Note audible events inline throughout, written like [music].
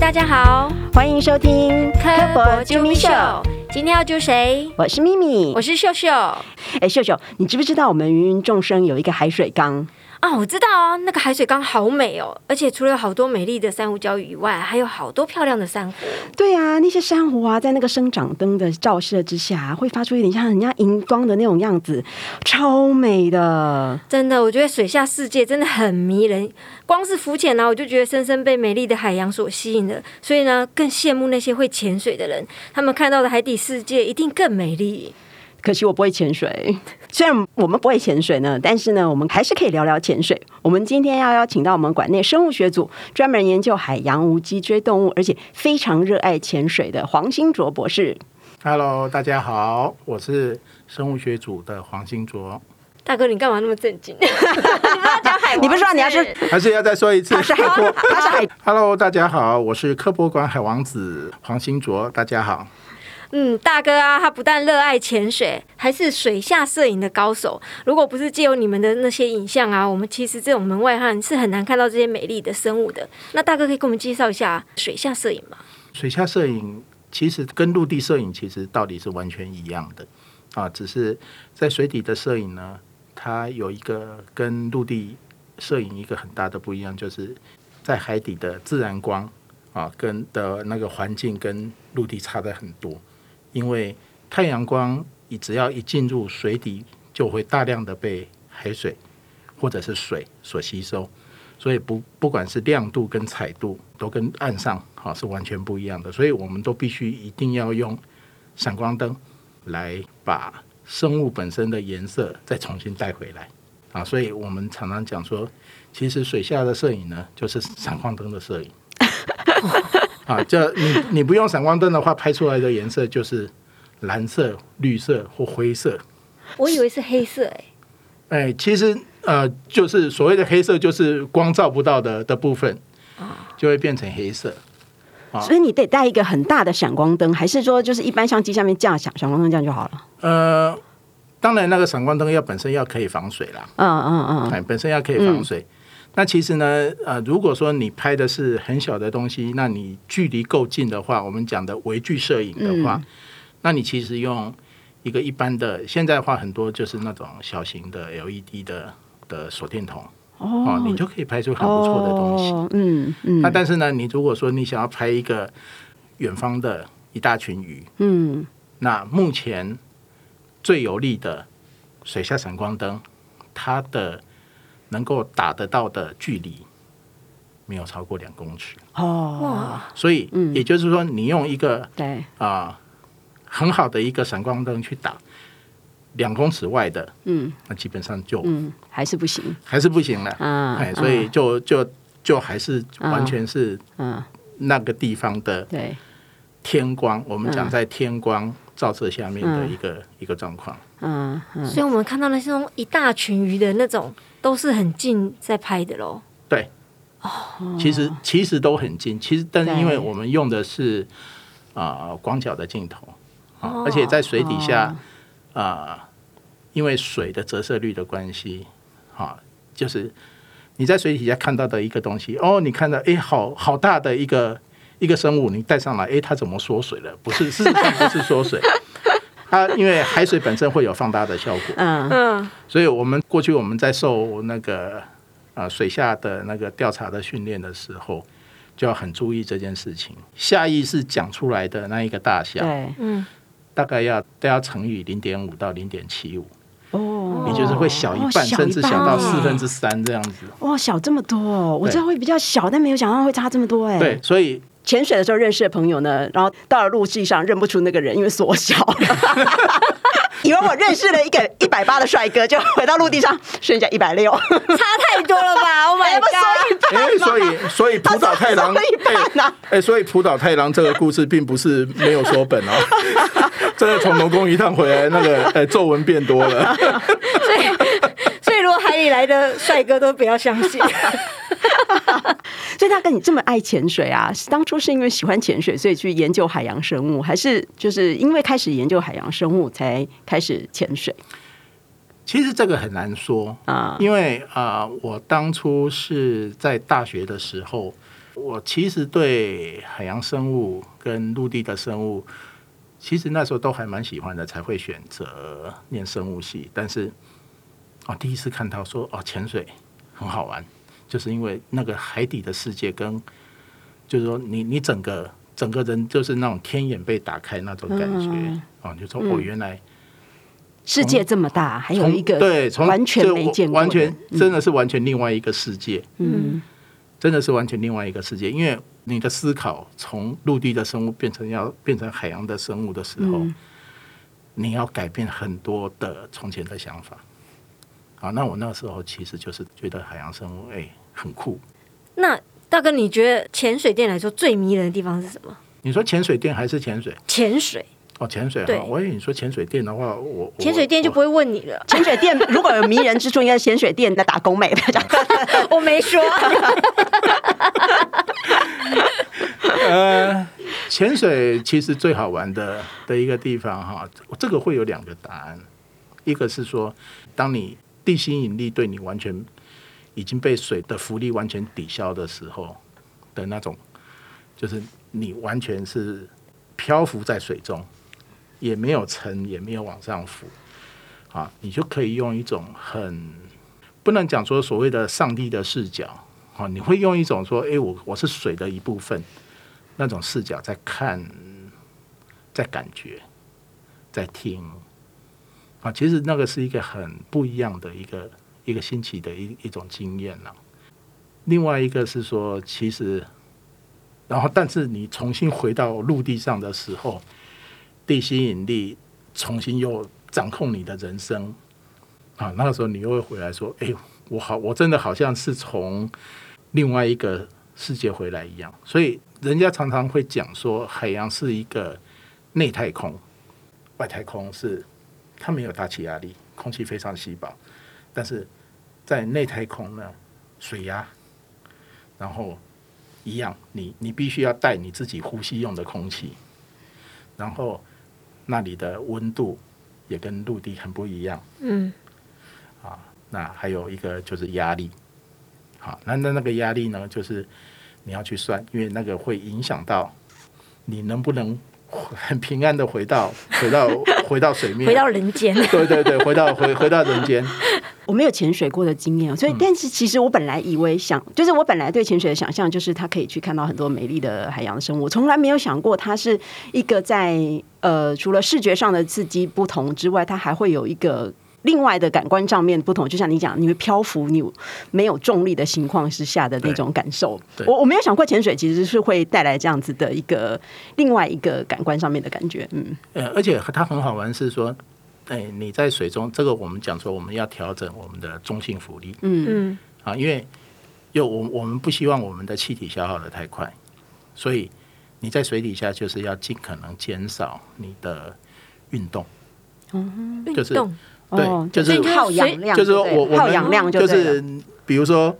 大家好，欢迎收听科博啾咪秀，今天要救谁？我是咪咪我。是秀秀啊，哎，秀秀，你知不知道我们芸芸众生有一个海水缸？我知道啊，那个海水缸好美哦，而且除了有好多美丽的珊瑚礁以外，还有好多漂亮的珊瑚。对啊，那些珊瑚啊，在那个生长灯的照射之下啊，会发出一点像人家荧光的那种样子，超美的。真的，我觉得水下世界真的很迷人，光是浮潜呢、我就觉得深深被美丽的海洋所吸引了，所以呢，更羡慕那些会潜水的人，他们看到的海底世界一定更美丽。可惜我不会潜 [laughs] 水，虽然我们不会潜水呢，但是呢，我们还是可以聊聊潜水。我们今天要邀请到我们馆内生物学组专门研究海洋无脊椎动物，而且非常热爱潜水的黄新卓博士。 Hello，大家好，我是生物学组的黄新卓，大哥，你干嘛那么震惊？你不要讲海王， [laughs] 你不是说你要是还是要再说一次。 [laughs] 他是海波，他是海 Hello，大家好，我是科博馆海王子黄新卓，大家好。嗯，大哥啊，他不但热爱潜水，还是水下摄影的高手。如果不是借由你们的那些影像啊，我们其实这种门外汉是很难看到这些美丽的生物的。那大哥可以给我们介绍一下水下摄影吗？水下摄影其实跟陆地摄影其实道理是完全一样的啊，只是在水底的摄影呢，它有一个跟陆地摄影一个很大的不一样，就是在海底的自然光啊，跟的那个环境跟陆地差的很多，因为太阳光你只要一进入水底，就会大量的被海水或者是水所吸收。所以不不管是亮度跟彩度，都跟岸上好、是完全不一样的，所以我们都必须一定要用闪光灯来把生物本身的颜色再重新带回来啊，所以我们常常讲说，其实水下的摄影呢，就是闪光灯的摄影 [laughs] 啊，这你你不用闪光灯的话，拍出来的颜色就是蓝色、绿色或灰色，我以为是黑色哎、哎，其实呃，就是所谓的黑色，就是光照不到的的部分，哦就会变成黑色。哎所以你得带一个很大的闪光灯，还是说就是一般相机下面架闪闪光灯这样就好了？呃，当然那个闪光灯要本身要可以防水啦，嗯嗯嗯，哎，本身要可以防水。那其实呢，呃，如果说你拍的是很小的东西，那你距离够近的话，我们讲的微距摄影的嗯话，那你其实用一个一般的，现在的话很多就是那种小型的 LED 的的手电筒，哦，你就可以拍出很不错的东西。哦，嗯嗯那但是呢，你如果说你想要拍一个远方的一大群鱼，嗯，那目前最有力的水下闪光灯，它的能够打得到的距离没有超过两公尺，哦，哇，所以也就是说，你用一个对，啊、很好的一个闪光灯去打两公尺外的，嗯那基本上就嗯，还是不行，还是不行了，嗯哎，所以就就就还是啊完全是嗯，那个地方的对，天光，我们讲在天光照射下面的一个、一个状况。嗯嗯，所以我们看到那种一大群鱼的那种，都是很近在拍的喽。对，其实其实都很近，其实但是对因为我们用的是啊、呃广角的镜头啊，而且在水底下啊、呃因为水的折射率的关系，啊，就是你在水底下看到的一个东西，哦，你看到哎，好好大的一个一个生物，你带上来，哎，它怎么缩水了？不是，事实上不是缩水。它因为海水本身会有放大的效果，嗯嗯，所以我们过去我们在受那个呃水下的那个调查的训练的时候，就要很注意这件事情。下意识讲出来的那一个大小，对，嗯大概要都要乘以零点五到零点七五，哦，也就是会小一哦半，甚至小到四分之，之三这样子。哇，小这么多哦，我知道会比较小，但没有想到会差这么多，哎，对，，[laughs] 所以潜水的时候认识的朋友呢，然后到了陆地上认不出那个人，因为缩小了。以为我认识了一个一百八的帅哥，就回到陆地上剩下一百六，差太多了 [laughs] 吧？Oh my 哎不所 god！以半哎，所以所以浦岛太郎，所以半啊哎哎，所以浦岛太郎这个故事并不是没有说 [laughs] 本哦，真的从龙宫一趟回来，那个呃皱纹变多了。所以，所以如果海里来的帅哥都不要相 [laughs] 信。所以大哥，你这么爱潜水啊？是当初是因为喜欢潜水，所以去研究海洋生物，还是就是因为开始研究海洋生物才开始潜水其实这个很难说啊？因为啊、呃我当初是在大学的时候，我其实对海洋生物跟陆地的生物，其实那时候都还蛮喜欢的，才会选择念生物系。但是，哦，第一次看到说哦，潜水很好玩，就是因为那个海底的世界跟，就是说你你整个整个人就是那种天眼被打开那种感觉，嗯哦，你就说哦，原来世界这么大，还有从一个对，从完全就没我见过的，完全真的是完全另外一个世界。嗯真的是完全另外一个世界，因为你的思考从陆地的生物变成要变成海洋的生物的时候，嗯你要改变很多的从前的想法。啊，那我那时候其实就是觉得海洋生物哎、很酷。那大哥，你觉得潜水店来说最迷人的地方是什么？你说潜水店还是潜水？潜水，哦，潜水对哈，我以为你说潜水店的话，我潜水店就不会会问你了。 [laughs] 潜水店如果有迷人之处，应该是潜水店的打工妹。我没说，呃， [laughs] 潜水其实最好玩的的一个地方哈，这个会有两个答案，一个是说，当你地心引力对你完全已经被水的浮力完全抵消的时候的那种，就是你完全是漂浮在水中，也没有沉，也没有往上浮，啊，你就可以用一种很不能讲说所谓的上帝的视角。啊，你会用一种说，诶，我我是水的一部分，那种视角在看，在感觉，在听啊，其实那个是一个很不一样的一个一个新奇的一一种经验了、另外一个是说，其实，然后但是你重新回到陆地上的时候，地心引力重新又掌控你的人生啊，那个时候你又会回来说，哎、我好，我真的好像是从另外一个世界回来一样。所以人家常常会讲说，海洋是一个内太空，外太空是它没有大气压力，空气非常稀薄，但是在内太空呢，水压，然后一样，你你必须要带你自己呼吸用的空气，然后那里的温度也跟陆地很不一样。 [laughs] 嗯，那还有一个就是压力，好，那那那个压力呢，就是你要去算，因为那个会影响到你能不能很平安的回到回到回到水面，回到人间。对对对，回到回回到人间，我没有潜水过的经验，啊嗯所以但是其实我本来以为想，就是我本来对潜水的想象就是它可以去看到很多美丽的海洋生物，我从来没有想过它是一个在呃除了视觉上的刺激不同之外，它还会有一个。另外的感官上面不同，就像你讲，你会漂浮，你没有重力的情况之下的那种感受。对我我没有想过潜水其实是会带来这样子的一个另外一个感官上面的感觉。嗯，呃，而且它很好玩是说，哎，你在水中，这个我们讲说我们要调整我们的中性浮力，嗯，啊，因为又我我们不希望我们的气体消耗的太快，所以你在水底下就是要尽可能减少你的运动，嗯运就是动对哦，就所是以耗氧量，就是说对不对我我耗们氧量就对了是比如说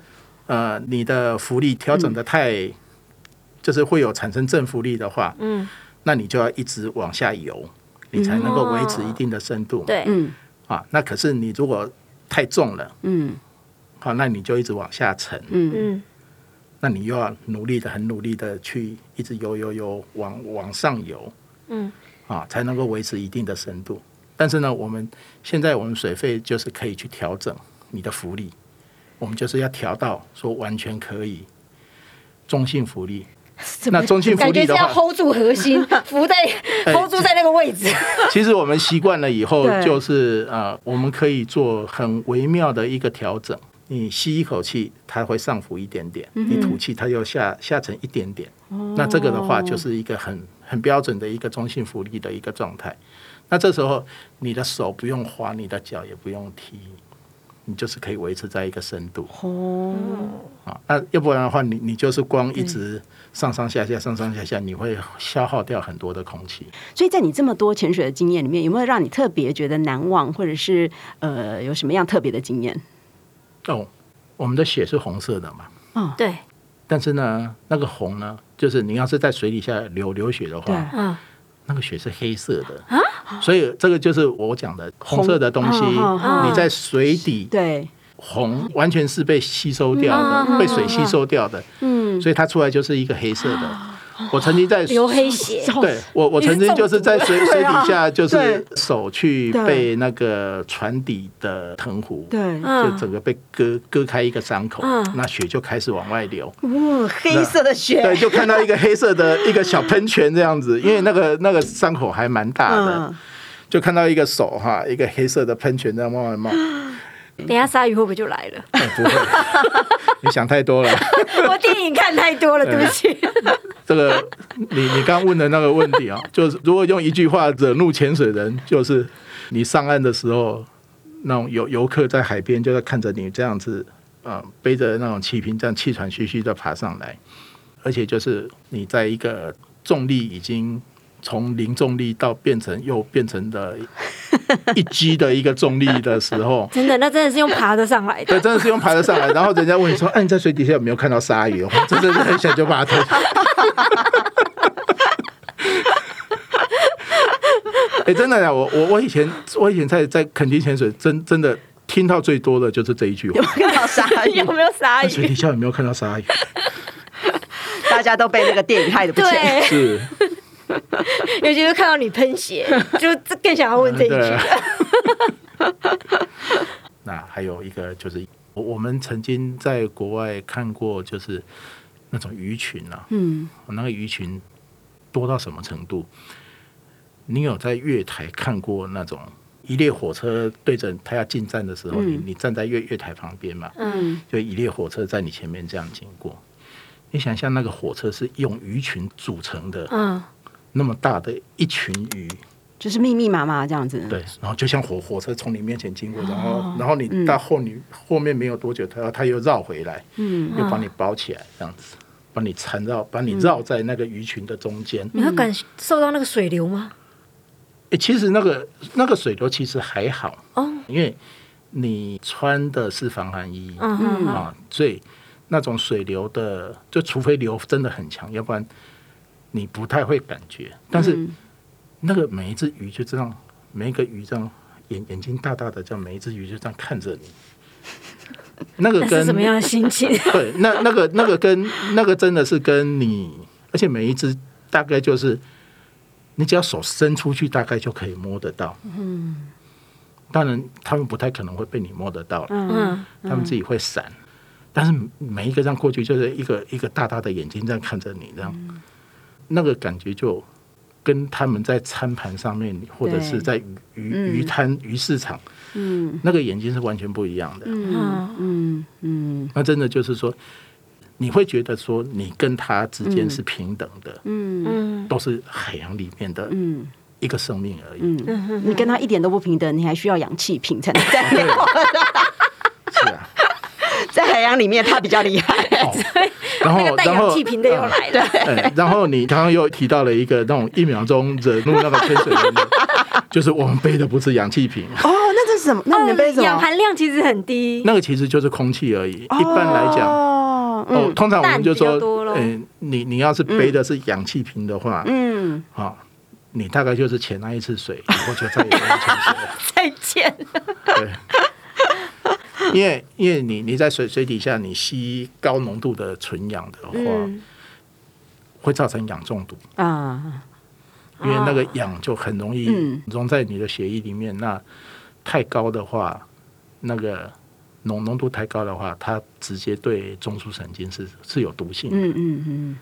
呃，你的浮力调整的太，嗯就是会有产生正浮力的话，嗯，那你就要一直往下游，你才能够维持一定的深度嘛。对，嗯啊，那可是你如果太重了，嗯好，那你就一直往下沉。嗯嗯，那你又要努力的、很努力的去一直游游游，往往上游，嗯，啊，才能够维持一定的深度。但是呢，我们现在我们水费就是可以去调整你的浮力，我们就是要调到说完全可以中性 [laughs] 浮力。那中性浮感觉力是的要话， hold 住核 [laughs] 心，浮在 hold 住在那个 [laughs] 位置。其实我们习惯了以后，对就是呃，我们可以做很微妙的一个调整。你吸一口气，它会上浮一点点；你吐气，它又下下沉一点点。那这个的话，就是一个很很标准的一个中性浮力的一个状态。那这时候，你的手不用滑，你的脚也不用踢，你就是可以维持在一个深度哦，啊。那要不然的话，你你就是光一直上上下下、上上下下，你会消耗掉很多的空气。所以在你这么多潜水的经验里面，有没有让你特别觉得难忘，或者是呃有什么样特别的经验？哦，我们的血是红色的嘛，对，但是呢，那个红呢，就是你要是在水底下流流血的话，嗯，那个血是黑色的啊所以这个就是我讲的红色的东西，哦哦哦你在水底对红完全是被吸收掉嗯的，被水吸收掉的，嗯，所以它出来就是一个黑色的。我曾经在嗯流黑血，对我，我曾经就是在水水底下，就是对手去对被那个船底的藤壶，对，嗯就整个被割割开一个伤口嗯，那血就开始往外流。哇，嗯黑色的血，对，就看到一个黑色的一个小喷泉这样子，因为那个那个伤口还蛮大的，嗯，就看到一个手哈，一个黑色的喷泉在慢慢冒。等一下鲨鱼会不会就来 [laughs] 了？哎不会，你想太多了。我电影看太多了，对不起。这个你你刚问的那个问题啊， [laughs] 就是如果用一句话惹怒潜水人，就是你上岸的时候，那种游游客在海边就在看着你这样子，呃，背着那种气瓶这样气喘吁吁的爬上来，而且就是你在一个重力已经从零重力到变成又变成的一 [laughs] G 的一个重力的时候， [laughs] 真的，那真的是用爬的上来的对，。真的是用爬得上来。然后人家问你说：“哎、你在水底下有没有看到鲨鱼？”我真的是很想就把它推。 [laughs] 哎、真的呀，我我我以前我以前在在垦丁潜水，真真的听到最多的就是这一句话有没有看到鲨鱼 [laughs] 有？没有鲨在水鱼？底下有没有看到鲨鱼？大家都被那个电影害的不浅。对，是，尤其是看到你喷 [laughs] 血，就这更想要问这一对啊句。。 [laughs] 那还有一个就是，我我们曾经在国外看过，就是那种鱼群啊，嗯，那个鱼群多到什么程度？你有在月台看过那种一列火车对着它要进站的时候，你你站在月月台旁边嘛，嗯，就一列火车在你前面这样经过。你想象那个火车是用鱼群组成的，嗯，那么大的一群鱼，就是密密麻麻这样子。对，然后就像火火车从你面前经过，然后然后你到后你后面没有多久，它它又绕回来，嗯，又把你包起来，这样子，把你缠绕，把你绕在那个鱼群的中间。你会感受到那个水流吗？欸，其实那个那个水流其实还好，哦，因为你穿的是防寒衣、嗯嗯嗯啊，所以那种水流的，就除非流真的很强，要不然你不太会感觉。但是嗯那个每一只鱼就这样，每一个鱼这样眼眼睛大大的，这样每一只鱼就这样看着你。那个那是跟什么样的心情？ [laughs] 对，那那个那个跟那个真的是跟你，而且每一只大概就是，你只要手伸出去，大概就可以摸得到。嗯，当然他们不太可能会被你摸得到，嗯，他们自己会闪。但是每一个这样过去，就是一个一个大大的眼睛这样看着你，这样、嗯那个感觉就跟他们在餐盘上面，或者是对在鱼鱼嗯鱼摊鱼市场，嗯那个眼睛是完全不一样的。嗯嗯嗯那真的就是说，你会觉得说你跟他之间是平等的，嗯嗯都是海洋里面的嗯一个生命而已。嗯，嗯嗯你跟他一点都不平等，你还需要氧气瓶才能在 [laughs] 海洋是啊， [laughs] 在海洋里面，他比较厉害。 [laughs] 哦、那然后个带然氧后气瓶的又来了，哎然后你刚刚又提到了一个那种一秒钟惹怒那个潜水人的，就是我们背的不是氧气瓶，哦，那这是哦什么？那你们背什氧么？含量其实很低。嗯那个其实就是空气而已。一般来讲，哦，哦，嗯通常我们氮就比说较多咯，嗯嗯，你你要是背的是氧气瓶的话，嗯，啊，你大概就是潜那一次水，以后就再也不用潜水了。再见。对，因为因为你你在水水底下你吸高浓度的纯氧的话，嗯会造成氧中毒，啊，因为那个氧就很容易哦嗯溶在你的血液里面。那太高的话，那个浓浓度太高的话，它直接对中枢神经是是有毒性的。嗯嗯嗯，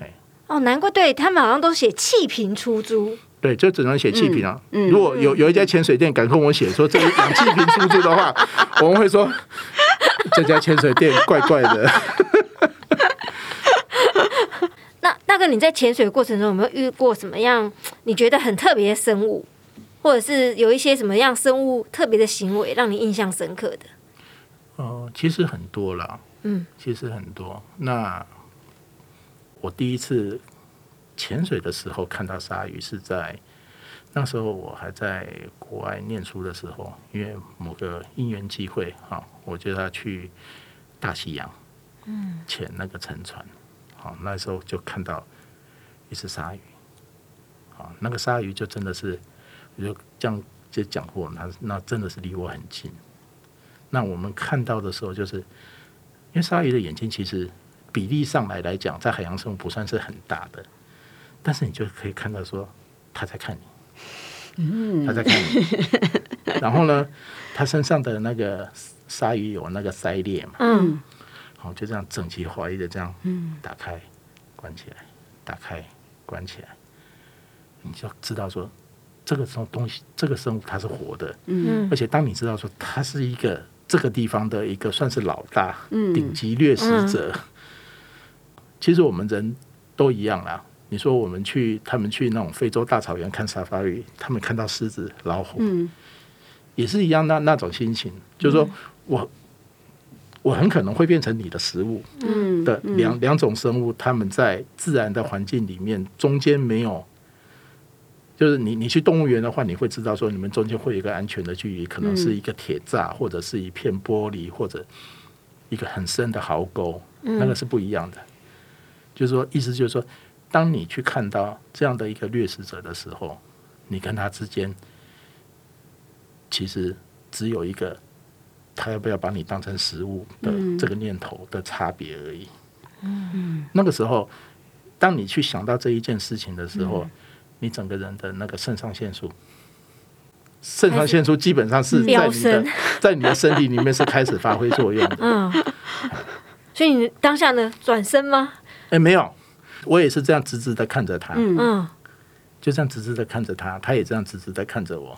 哎哦，难怪对他们好像都写气瓶出租，对，就只能写气瓶啊。嗯嗯如果有有一家潜水店敢跟我写说这个氧气瓶出租的话， [laughs] 我们会说这家潜水店怪怪的。那那个你在潜水过程中有没有遇过什么样你觉得很特别的生物，或者是有一些什么样生物特别的行为让你印象深刻的？哦，其实很多啦，嗯，其实很多。那我第一次潜水的时候看到鲨鱼是在那时候我还在国外念书的时候，因为某个因缘机会啊，我就要去大西洋，嗯，潜那个沉船，好、那时候就看到一只鲨鱼，好、那个鲨鱼就真的是，我就这样就讲过，那那真的是离我很近。那我们看到的时候，就是因为鲨鱼的眼睛其实比例上来来讲，在海洋生物不算是很大的，但是你就可以看到说它在看你，嗯，它在看你。 [laughs] 然后呢，它身上的那个鲨鱼有那个鳃裂嘛，嗯，好，就这样整齐划一的这样，嗯，打开，关起来，打开，关起来，你就知道说这个种东西，这个生物它是活的，嗯而且当你知道说它是一个这个地方的一个算是老大，嗯顶级掠食者，其实我们人都一样啦。你说我们去，他们去那种非洲大草原看 safari，他们看到狮子、老虎，嗯也是一样那那种心情，就是说我我很可能会变成你的食物，嗯的两两种生物，它们在自然的环境里面中间没有，就是你你去动物园的话，你会知道说你们中间会有一个安全的距离，可能嗯是一个铁栅，或者是一片玻璃，或者一个很深的壕沟，嗯那个是不一样的。就是说，意思就是说，当你去看到这样的一个掠食者的时候，你跟他之间其实只有一个他要不要把你当成食物的嗯这个念头的差别而已。嗯，那个时候，当你去想到这一件事情的时候，你整个人的那个肾上腺素。肾上腺素基本上是在飙你的升 [laughs] 在你的身体里面是开始发挥作用 [laughs] 的，嗯，所以你当下呢转身吗？哎，没有，我也是这样直直的看着他，嗯，就这样直直的看着他，他也这样直直的看着我。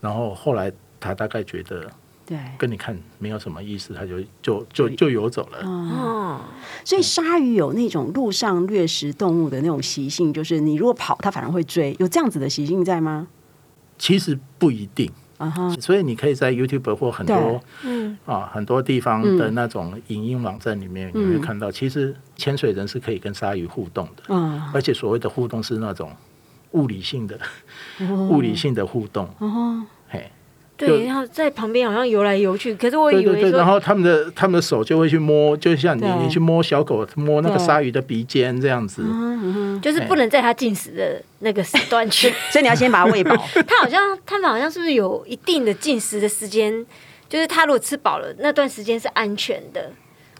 然后后来他大概觉得对，跟你看没有什么意思，他就就就就游走了。哦，所以鲨鱼有那种陆上掠食动物的那种习性，就是你如果跑，它反而会追，有这样子的习性在吗？其实不一定，啊哈，所以你可以在 YouTube 或很多嗯啊很多地方的那种影音网站里面，嗯你会看到，其实潜水人是可以跟鲨鱼互动的，嗯，而且所谓的互动是那种物理性的、哦物理性的互动。哦，嘿，对，就然后在旁边好像游来游去，可是我对以对为对，然说，后他们的他们的手就会去摸，就像你对你去摸小狗摸那个对鲨鱼的鼻尖这样啊子，嗯就是不能在它进食的那个时段 [laughs] 去。所以你要先把它喂饱。它好像他们好像是不是有一定的进食的时间？就是它如果吃饱了，那段时间是安全的。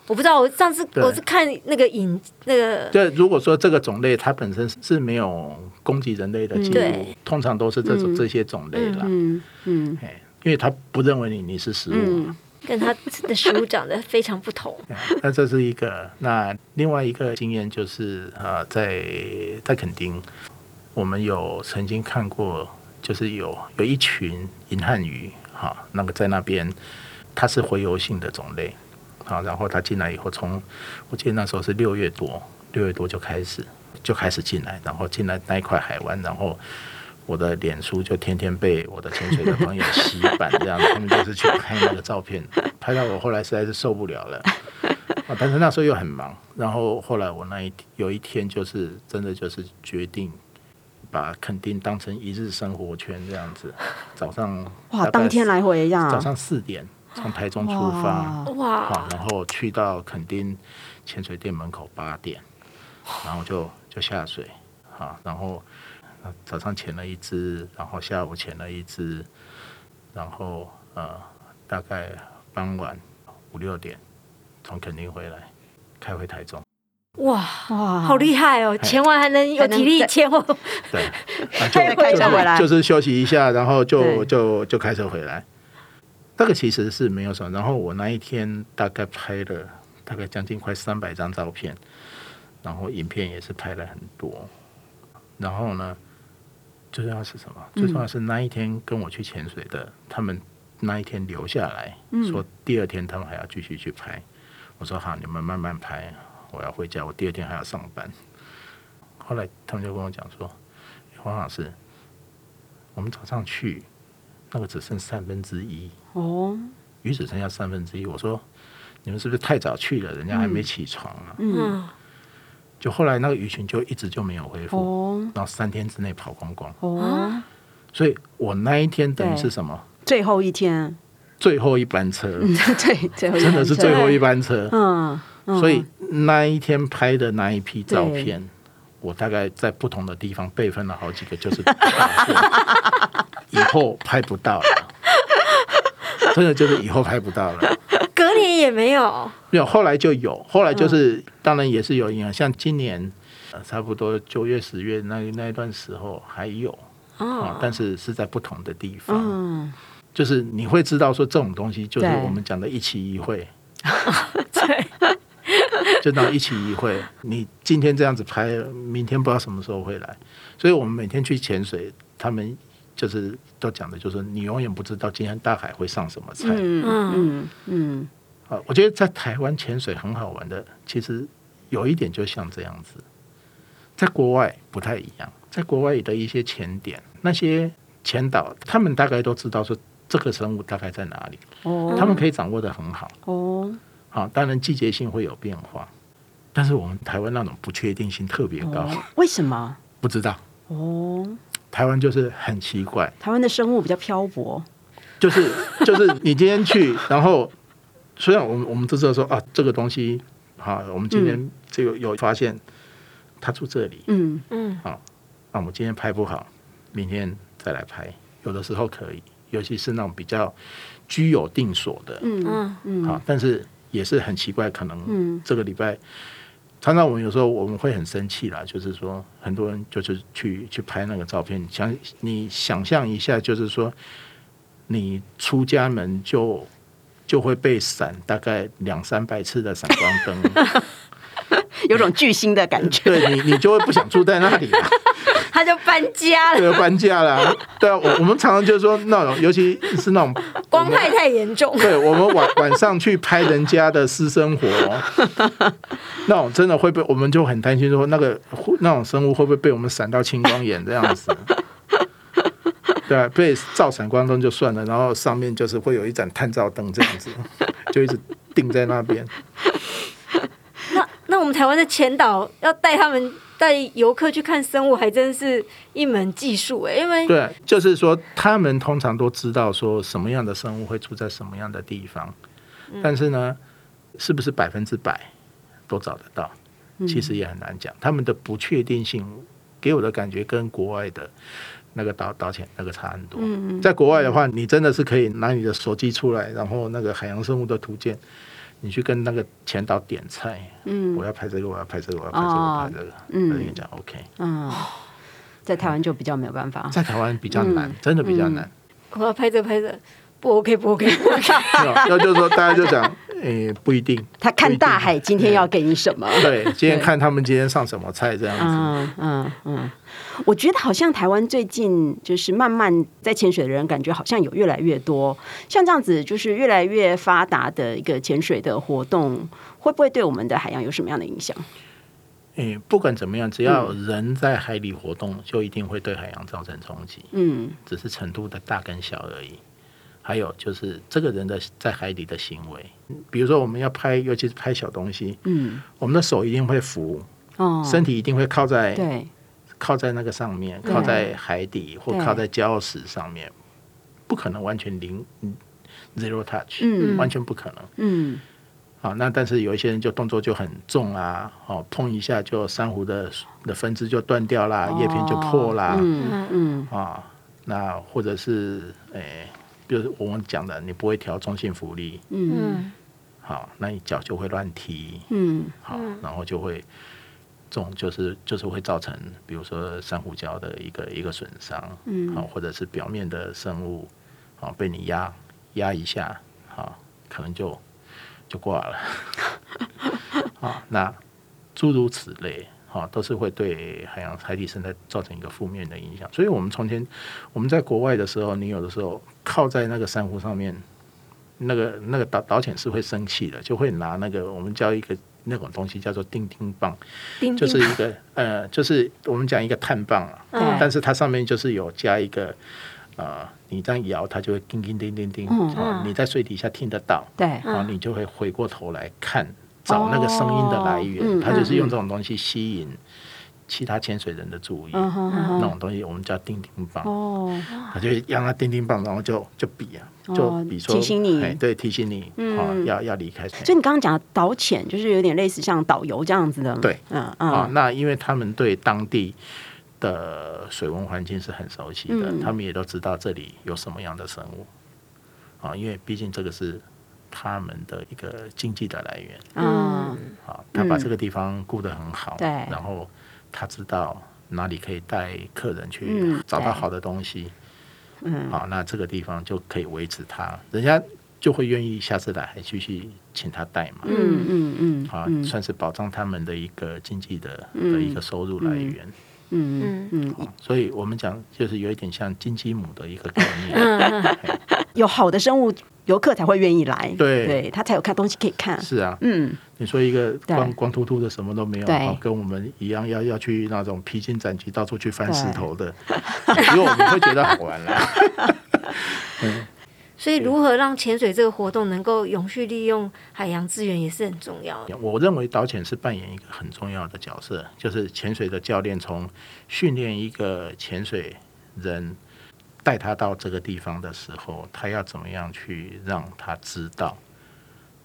我不知道，我上次对我是看那个影那个，对，如果说这个种类它本身是没有攻击人类的记录，对通常都是这种、这些种类啦，嗯嗯哎因为它不认为你你是食物嘛。跟它的食物长得非常不同。哎 [laughs] 那这是一个，那另外一个经验就是呃，在在垦丁，我们有曾经看过，就是有有一群银汉鱼哈、那个在那边它是洄游性的种类啊，然后它进来以后从，我记得那时候是六月多，六月多就开始就开始进来，然后进来那一块海湾，然后。我的脸书就天天被我的潜水的朋友洗版，这样他们就是去拍那个照片，拍到我后来实在是受不了了。啊，但是那时候又很忙，然后后来我那一有一天就是真的就是决定把垦丁当成一日生活圈这样子，早上哇，大概当天来回呀，早上四点从台中出发哇，哇好，，然后去到垦丁潜水店门口八点，然后就就下水，好，然后呃早上潜了一只，然后下午潜了一只，然后呃大概傍晚五六点从垦丁回来，开回台中，哇，哇，好厉害哦！前完还能有体力前往， [laughs] 对，啊、就害，开车回来就，是休息一下，然后就对就就开车回来。那个其实是没有什么。然后我那一天大概拍了大概将近快三百张照片，然后影片也是拍了很多。然后呢，最重要是什么？最重要是那一天跟我去潜水的，他们那一天留下来、说，第二天他们还要继续去拍。我说好，你们慢慢拍，我要回家，我第二天还要上班。后来他们就跟我讲说，哎黄老师，我们早上去，那个只剩三分之一，哦，鱼只剩下三分之一。我说你们是不是太早去了？人家还没起床啊。嗯，就后来那个鱼群就一直就没有恢复，哦然后三天之内跑光光。哦，所以我那一天等于对是什么？最后一天， [laughs] 最后一班车，对，最后一天真的是最后一班车。嗯，嗯所以那一天拍的那一批照对片，我大概在不同的地方备份了好 [laughs] 几个，就是以后拍不到了。真的就是以后拍不到了。隔年也没有，没有，后来就有，后来嗯就是、当然也是有影响，像今年、呃差不多九月、十月那那一段时候还有啊、哦，但是是在不同的地方，嗯，就是你会知道说这种东西就是对我们讲的一期一会，对，就到一期一会， [laughs] 你今天这样子拍，明天不知道什么时候会来，所以我们每天去潜水，他们就是都讲的就是你永远不知道今天大海会上什么菜，嗯嗯嗯啊，我觉得在台湾潜水很好玩的，其实有一点就像这样子，在国外不太一样，在国外的一些潜点，那些潜导他们大概都知道说这个生物大概在哪里，哦他们可以掌握的很好。哦好、当然季节性会有变化，但是我们台湾那种不确定性特别高，哦，为什么？不知道。哦，台湾就是很奇怪，台湾的生物比较漂泊，就是就是你今天去，然后虽然我们我们都知道说啊，这个东西啊，我们今天这个有发现，他住这里，嗯嗯，那我们今天拍不好，明天再来拍，有的时候可以，尤其是那种比较居有定所的，嗯嗯，嗯啊，但是也是很奇怪，可嗯能这个礼拜。常常我们有时候我们会很生气啦，就是说很多人就是去去拍那个照片，想你想象一下，就是说你出家门就就会被闪大概两三百次的闪光灯，有种巨星的感觉。对你你就会不想住在那里了。他就搬家了，对，搬家啦。对啊，我我们常常就是说那种，尤其是那种光害太严重，对我们晚晚上去拍人家的私生活，那种真的会被我们就很担心说那个那种生物会不会被我们闪到青光眼这样子？对、啊，被照闪光灯就算了，然后上面就是会有一盏探照灯这样子，就一直定在那边。那那我们台湾的前导要带他们带游客去看生物，还真是一门技术哎、因为对，就是说他们通常都知道说什么样的生物会住在什么样的地方，但是呢，是不是百分之百都找得到，其实也很难讲。他们的不确定性给我的感觉跟国外的。那个导导潜那个差很多，在国外的话，你真的是可以拿你的手机出来，然后那个海洋生物的图鉴，你去跟那个前导点菜，嗯，我要拍这个，我要拍这个，我要拍这个，我要拍这个，嗯他就跟你讲 OK。嗯，在台湾就比较没有办法。在台湾比较难，真的比较难。我要拍这拍这不 OK 不 OK 不 OK，没 [laughs] 有要就是说，大家就讲，诶、不一定。啊他看大海今天要给你什么？对，今天看他们今天上什么菜这样子。嗯嗯嗯，我觉得好像台湾最近就是慢慢在潜水的人，感觉好像有越来越多像这样子，就是越来越发达的一个潜水的活动，会不会对我们的海洋有什么样的影响？诶、不管怎么样，只要人在海里活动，就一定会对海洋造成冲击，嗯只是程度的大跟小而已。还有就是这个人的在海里的行为，比如说我们要拍，尤其是拍小东西，嗯我们的手一定会浮，哦，身体一定会靠在对靠在那个上面，对靠在海底或对靠在礁石上面，不可能完全零嗯 zero touch，、嗯完全不可能。嗯好，那但是有一些人就动作就很重啊，哦，碰一下就珊瑚的的分支就断掉啦，叶片就破啦，嗯嗯啊，那或者是诶、比如我们讲的，你不会调中性浮力，嗯嗯，好，那你脚就会乱踢，嗯好，然后就会这种就是就是会造成，比如说珊瑚礁的一个一个损伤，嗯，好，或者是表面的生物，好被你压压一下，好，可能就就挂了，好，那诸如此类。好，都是会对海洋海底生态造成一个负面的影响，所以我们从前我们在国外的时候，你有的时候靠在那个珊瑚上面，那个那个导导潜是会生气的，就会拿那个我们叫一个那种东西叫做钉钉棒，钉就钉是一个呃，就是我们讲一个碳棒啊，嗯但是它上面就是有加一个呃，你这样摇它就会叮叮叮叮叮，嗯啊你在水底下听得到，对然后你就会回过头来看找那个声音的来源，哦嗯它就是用这种东西吸引其他潜水人的注意，嗯哼那哼种东西我们叫钉钉棒。哦他就让他叮叮棒，然后就就比啊，哦就比说、提醒你嗯哎，对，提醒你，啊、要要离开。所以你刚刚讲的导潜，就是有点类似像导游这样子的，对嗯啊、嗯那因为他们对当地的水文环境是很熟悉的，嗯他们也都知道这里有什么样的生物。啊，因为毕竟这个是他们的一个经济的来源嗯，啊，他把嗯这个地方顾得很好，对然后他知道哪里可以带客人去嗯找对到好的东西，嗯好，啊那这个地方就可以维持他，人家就会愿意下次来还继续请他带嘛，嗯嗯嗯，啊，嗯算是保障他们的一个经济的的一个收入来源。嗯嗯嗯，所以我们讲就是有一点像金鸡母的一个概念，嗯有好的生物，游客才会愿意来，对对他才有看东西可以看，是啊，嗯，你说一个光对光秃秃的什么都没有，对然后跟我们一样要要去那种披荆斩棘到处去翻石 [laughs] 头的，因为我们会觉得好玩啦、所以如何让潜水这个活动能够永续利用海洋资源也是很重要的。嗯我认为导潜是扮演一个很重要的角色，就是潜水的教练从训练一个潜水人。带他到这个地方的时候，他要怎么样去让他知道？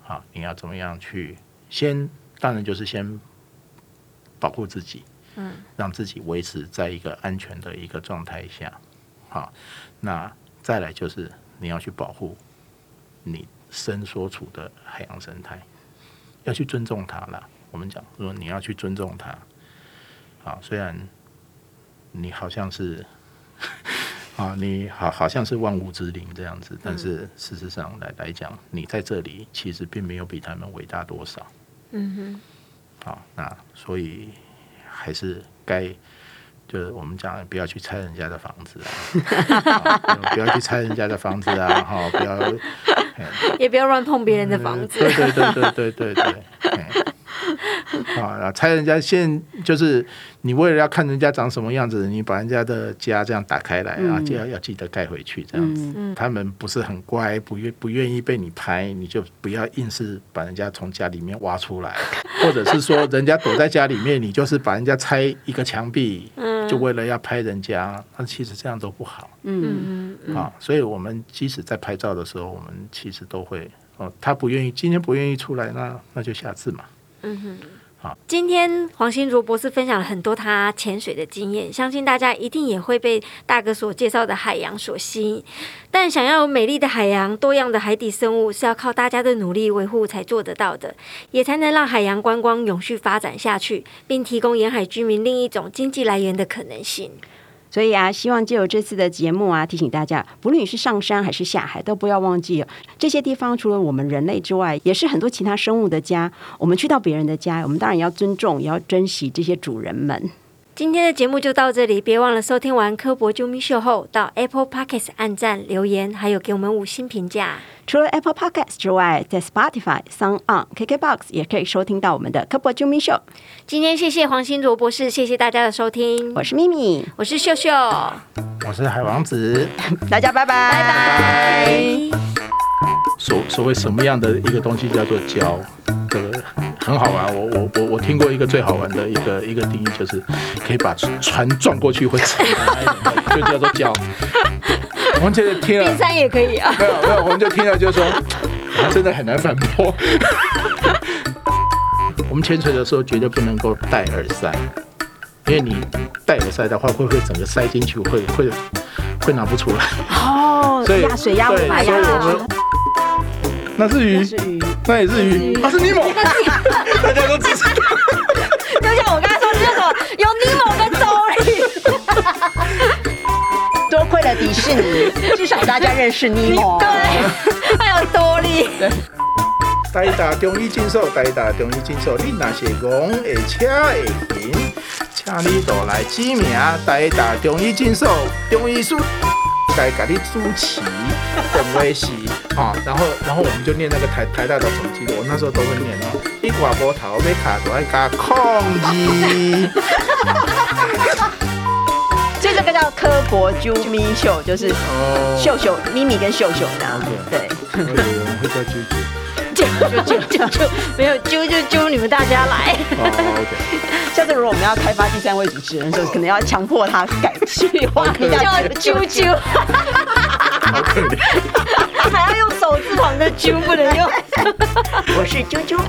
好，你要怎么样去先？当然就是先保护自己，嗯，让自己维持在一个安全的一个状态下。好，那再来就是你要去保护你身所处的海洋生态，要去尊重它啦。我们讲说你要去尊重它，好，虽然你好像是 [laughs] 啊，你好好像是万物之灵这样嗯子，但是事实上来来讲，你在这里其实并没有比他们伟大多少。嗯哼，好，那所以还是该。就是我们讲，不要去拆人家的房子 [laughs] 啊，啊不要去拆人家的房子啊，哈，不要也不要乱碰别人的房子。对对对嗯对对对对。 [laughs] 哎啊，然后拆人家现就是你为了要看人家长什么样子，你把人家的家这样打开来啊，嗯就要要记得盖回去这样子。他们不是很乖，不愿不愿意被你拍，你就不要硬是把人家从家里面挖出来， [laughs] 或者是说人家躲在家里面，你就是把人家拆一个墙壁，就为了要拍人家，那其实这样都不好。嗯嗯啊，所以我们即使在拍照的时候，我们其实都会哦，他不愿意，今天不愿意出来，那那就下次嘛。嗯哼。好，今天黄新卓博士分享了很多他潜水的经验，相信大家一定也会被大哥所介绍的海洋所吸引。但想要有美丽的海洋、多样的海底生物，是要靠大家的努力维护才做得到的，也才能让海洋观光永续发展下去，并提供沿海居民另一种经济来源的可能性。所以啊，希望借由这次的节目啊，提醒大家，不论你是上山还是下海，都不要忘记哦这些地方除了我们人类之外，也是很多其他生物的家。我们去到别人的家，我们当然也要尊重，也要珍惜这些主人们。今天的节目就到这里，别忘了收听完《科博啾咪秀》后，到 Apple Podcast 按赞、留言，还有给我们五星评价。除了 Apple Podcast 之外，在 Spotify、Sound On、KKBox 也可以收听到我们的科博啾咪秀。今天谢谢黄新卓博士，谢谢大家的收听，我是咪咪，我是秀秀，我是海王子，大家拜拜。拜 [laughs] 拜。所所谓什么样的一个东西叫做教，这个很好玩。我我我我听过一个最好玩的一个一个定义，就是可以把船撞过去会沉的那一种，就叫做教。我们这个听了，山也可以啊。没有没有，我们就听了就说，啊真的很难反驳。 [laughs] 我们潜水的时候绝对不能够戴耳塞，因为你戴耳塞的话，会不会整个塞进去，会会会拿不出来。哦所以，压水压不对来所压以不我来们。那是鱼，是鱼那也是鱼，它、是尼莫， [laughs] 大家都知道。就像我刚才说，这种有尼莫跟周丽，多亏了迪士尼，至少大家认识尼莫。 [laughs] 对，还有哎多利。台大中医诊所，台大中医诊所，你若是戆会车会行，请你倒来指名台大中医诊所中医师来给你主持，电话是啊、哦，然后然后我们就念那个台台大的总机，我那时候都会念哦，你挂波头要卡住要加空二。所以这个叫科博啾咪秀，就是哦秀秀咪咪跟秀秀的啊。对，我以为我们会叫啾啾。就就就就没有啾啾啾，你们大家来。哦，OK。下次如果我们要开发第三位主持人的时候，可能要强迫他改计划一叫下啾啾，还要用手字旁的啾，不能用。我是啾啾。